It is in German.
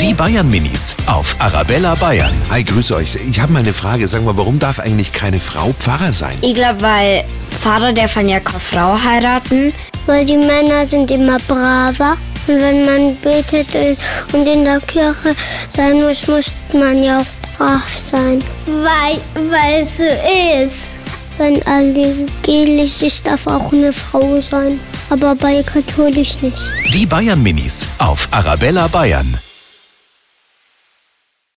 Die Bayern Minis auf Arabella Bayern. Hi, grüße euch. Ich habe mal eine Frage. Sagen wir, warum darf eigentlich keine Frau Pfarrer sein? Ich glaube, weil Pfarrer dürfen ja keine Frau heiraten. weil die Männer sind immer braver. Und wenn man betet und in der Kirche sein muss, muss man ja auch brav sein. Weil, weil es so ist. Wenn evangelisch ist, darf auch eine Frau sein. Aber bei katholisch nicht. Die Bayern Minis auf Arabella Bayern.